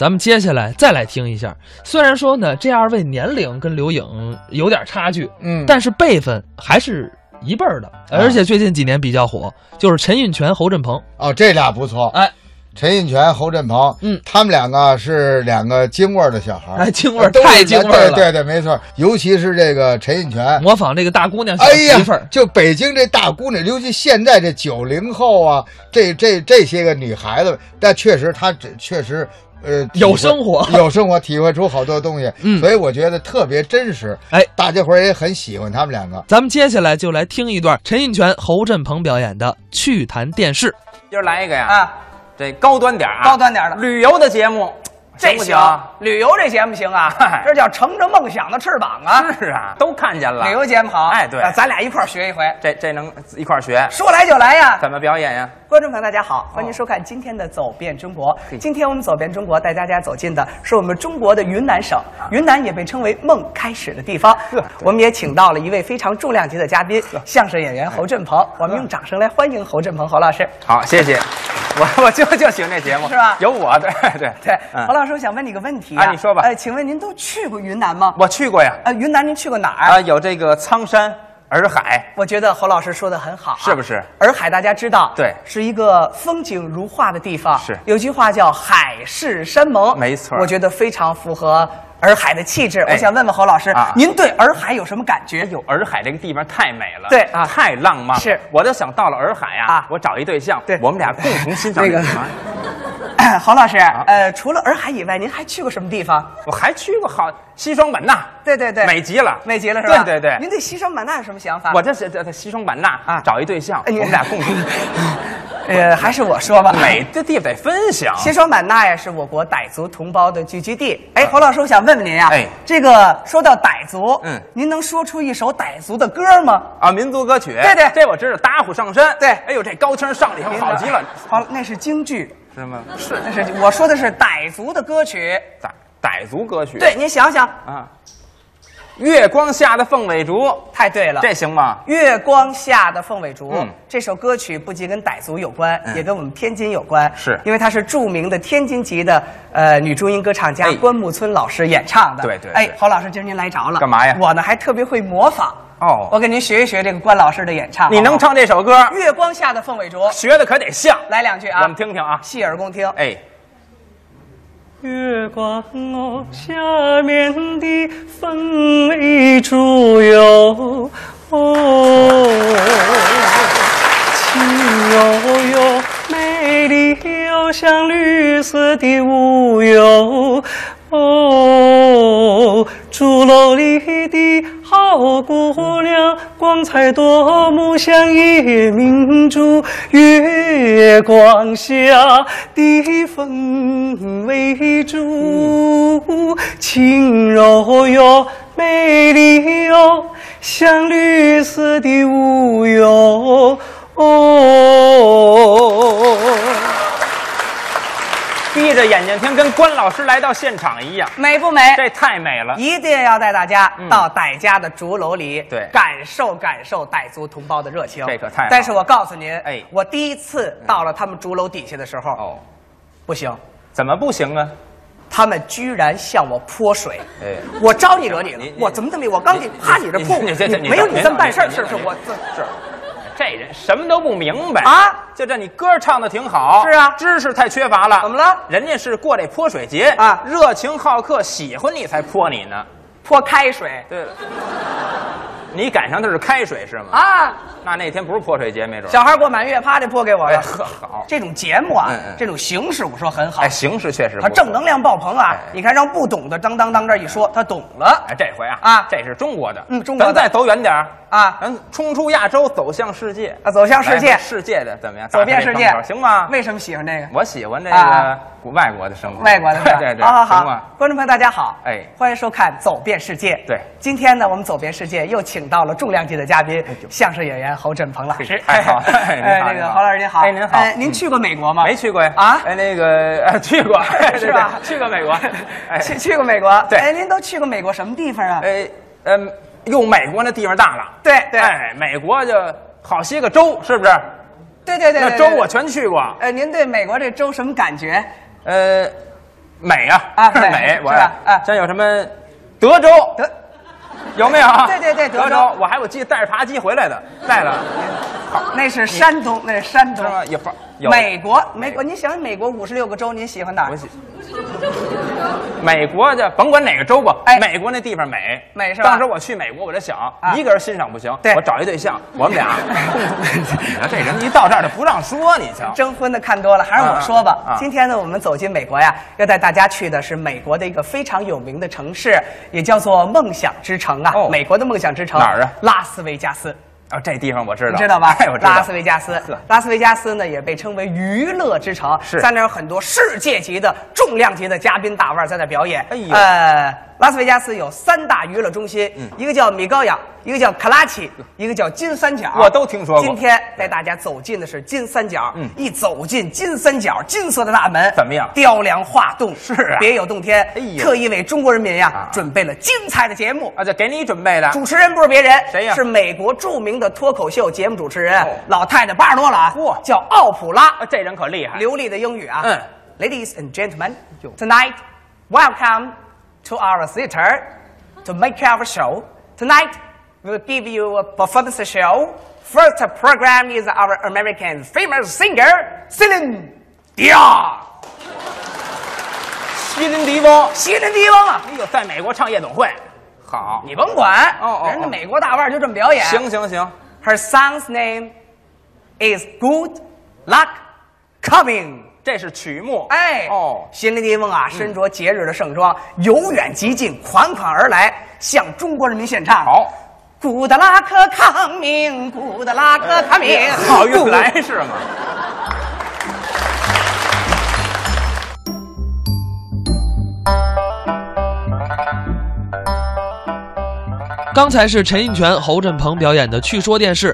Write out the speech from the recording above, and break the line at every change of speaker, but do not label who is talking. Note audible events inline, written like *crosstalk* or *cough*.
咱们接下来再来听一下。虽然说呢，这二位年龄跟刘颖有点差距，
嗯，啊
但是辈分还是一辈儿的。而且最近几年比较火，就是陈印泉、侯振鹏。
哦，这俩不错。
哎，
陈印泉、侯振鹏，
嗯
他们两个是两个京味儿的小孩儿，
哎，京味儿
啊都是
太京味儿了，
对对对，没错。尤其是这个陈印泉，
模仿这个大姑娘小
哎
媳妇儿
呀，。就北京这大姑娘，尤其现在这九零后啊，这这这些个女孩子，但确实她这确实。呃，体
有
会
生活
有生活，体会出好多东西，
嗯
所以我觉得特别真实。
哎，
大家伙儿也很喜欢他们两个。
咱们接下来就来听一段陈印泉、侯振鹏表演的《趣谈电视》。
今儿来一个呀，
啊，
这高端点儿啊，
高端点儿的，
旅游的节目，
这
不
行
啊，
旅游这节目行啊
嗨，
这叫乘着梦想的翅膀啊！
是啊，都看见了。
旅游节目好，
哎对
啊咱俩一块儿学一回。
这这能一块儿学，
说来就
*laughs*
来呀！
怎么表演呀？
观众朋友，大家
哦
好，欢迎收看今天的《走遍中国》。今天我们走遍中国，带大家走进的是我们中国的云南省，
啊
云南也被称为梦开始的地方。我们也请到了一位非常重量级的嘉宾，相声演员侯振鹏。
哎
我们用掌声来欢迎侯振鹏侯老师。
好，谢
*laughs*
谢，我我就就喜欢这节目，
是吧
有我，对对
对，
嗯，
侯老师，我想问你个问题
啊你说吧
呃，请问您都去过云南吗？
我去过呀，
呃，云南您去过哪儿？
啊，有这个苍山、洱海，
我觉得侯老师说的很好、啊，
是不是？
洱海大家知道，
对
是一个风景如画的地方。
是
有句话叫“海誓山盟”，
没错
我觉得非常符合洱海的气质。
哎
我想问问侯老师，
啊
您对洱海有什么感觉？
有洱海这个地方太美了，
对啊
太浪漫了。
是
我就想到了洱海呀、
啊
我找一对象，
对
我们俩共同欣赏这个地方。哎
*laughs* 侯老师，
啊
呃，除了洱海以外，您还去过什么地方？
我还去过好西双版纳，
对对对，
美极了，
美极了是吧？
对对对，
您对西双版纳有什么想法？
我这是在在西双版纳
啊
找一对象，我
哎你
们俩共同
*laughs* 呃，还是我说吧，
美这地得分享。
西双版纳呀，是我国傣族同胞的聚居地。哎，侯老师，我想问问您啊，
哎
这个说到傣族，
嗯
您能说出一首傣族的歌吗？
啊，民族歌曲，
对对
这我知道。打虎上山，
对
哎呦，这高腔上里头好极了，
好，那是京剧，
是吗？是
那是我说的是傣族的歌曲。
傣傣族歌曲，
对，您想想，
啊，月光下的凤尾竹，
太对了。
这行吗？
月光下的凤尾竹、
嗯
这首歌曲不仅跟傣族有关、
嗯
也跟我们天津有关，
是
因为它是著名的天津籍的呃女中音歌唱家、
哎
关牧村老师演唱的。
对对对
哎，侯老师，今儿您来着了，
干嘛呀
我呢还特别会模仿
哦
我给您学一学这个关老师的演唱。
你能
好不好
唱这首歌，
月光下的凤尾竹》，
学的可得像。
来两句哦啊，
我们听听啊，
细耳恭听。
哎，
月光哦，下面的风一竹哟，哦，情悠悠，美丽又像绿色的雾哟，哦，竹楼里的好姑娘，光彩夺目，像夜明珠。月光下的凤尾竹，轻柔哟，美丽哟，像绿色的雾哟。哦。
闭着眼睛听，跟关老师来到现场一样，
美不美？
这太美了。
哎一定要带大家
嗯
到傣家的竹楼里，
对
感受感受傣族同胞的热情。
这可太好了
但是我告诉您，
哎
我第一次到了他们竹楼底下的时候，
哦，
不行，
怎么不行啊？
他们居然向我泼水。
哎
我招你惹你了
你？你
我怎么这么？我刚给
你
趴你这
你
泼，
你这这你
没有你
别
这么办事儿，
别
是不是？
别
我这
是，这人什么都不明白
啊！
就这你歌唱的挺好，
是啊
知识太缺乏了。
怎么了
人家是过这泼水节
啊
热情好客，喜欢你才泼你呢。
泼开水
对了，你赶上的是开水是吗？，
啊！
那那天不是泼水节，没准儿。
小孩过满月，啪就泼给我
哎
了。
呵好，
这种节目啊
嗯嗯，
这种形式我说很好
哎，，形式确实不
它
错
正能。量爆棚啊
哎！
你看让不懂的当当当这一说，他懂了
哎，这回啊
啊
这是中国的，
嗯中国的
咱再走远点儿
啊
咱冲出亚洲，走向世界
啊走向世界
来世界的怎么样？
走遍世界
哎打开这窗口行吗？
为什么喜欢这个？
我喜欢这个
啊
古外国的生活，
外国的是
*laughs*
吧
对对对，
好好
行吗
好，观众朋友大家好，
哎
欢迎收看《走遍世界》。
对
今天呢，我们走遍世界又请到了重量级的嘉宾，相声演员侯振鹏老师。
哎太好了哎您好
哎，那
您
个
好
侯老师您好，
哎您好
哎您
嗯
去过美国吗？
没去过呀？
啊
哎，那个 *laughs* 哎去过，哎
是吧
对对去过美国，哎
去去过美国。
对
哎，您都去过美国什么地方啊？
哎嗯，用美国那地方大了，
对对
哎，美国就好些个州，是不是？
对对对，
那
对哎
州
对
我全去过，
呃，您对美国这州什么感觉？
呃，美呀， *laughs*
啊美
美，我
是吧啊
像有什么德州，
德
有没有啊？
对对对德
德
州
我还我记得带着扒鸡回来的，带了
那是山东，那是山
是
东。
啊吗？有发有
美国，美国，你想美国五十六个州，您喜欢哪儿
我？记美国就甭管哪个州吧，
哎
美国那地方美，
美是吧
当时我去美国，我就想
啊
一个人欣赏不行，
对
我找一对
*laughs*
象，我们俩共同。你看这人一到这儿就不让说，你瞧。
征婚的看多了，还是我说吧。
啊啊啊
今天呢，我们走进美国呀，要带大家去的是美国的一个非常有名的城市，也叫做梦想之城啊。
哦
美国的梦想之城
哪儿啊
拉斯维加斯。
啊，这地方我知道，
你知道吧？
哎，我知道。
拉斯维加斯
是，
拉斯维加斯呢也被称为娱乐之城，
是
在那儿有很多世界级的重量级的嘉宾大腕在那儿表演。
哎呦嗯
呃，拉斯维加斯有三大娱乐中心，一个叫米高扬，一个叫卡拉奇，一个叫金三角。
我都听说过
今天带大家走进的是金三角，
嗯
一走进金三角，金色的大门
怎么样
雕梁画栋，
是啊
别有洞天。
哎呦
特意为中国人民呀
啊
准备了精彩的节目。
啊，这给你准备的。
主持人不是别人，
谁呀
是美国著名的脱口秀节目主持人，
哦
老太太八十多了啊，
嚯
叫奥普拉
啊，，这人可厉害。
流利的英语啊。
嗯
，Ladies and gentlemen, tonight, welcome to our theater to make our show. Tonight, we'll give you a performance show. First program is our American famous singer Celine Dion，
西林迪翁，
西林迪翁啊，
哎呦，在美国唱夜总会，好。
你甭管，
哦哦哦
人家美国大腕儿就这么表演。
行行行，
Her son's name is Good Luck Coming。
这是曲目。
哎，
哦，嗯
新林迪翁啊，身着节日的盛装，由远及近，款款而来，向中国人民献唱。
好，
，Good Luck Coming，Good Luck Coming，
哎好运来是吗？
刚才是陈印泉、侯振鹏表演的《去说电视》，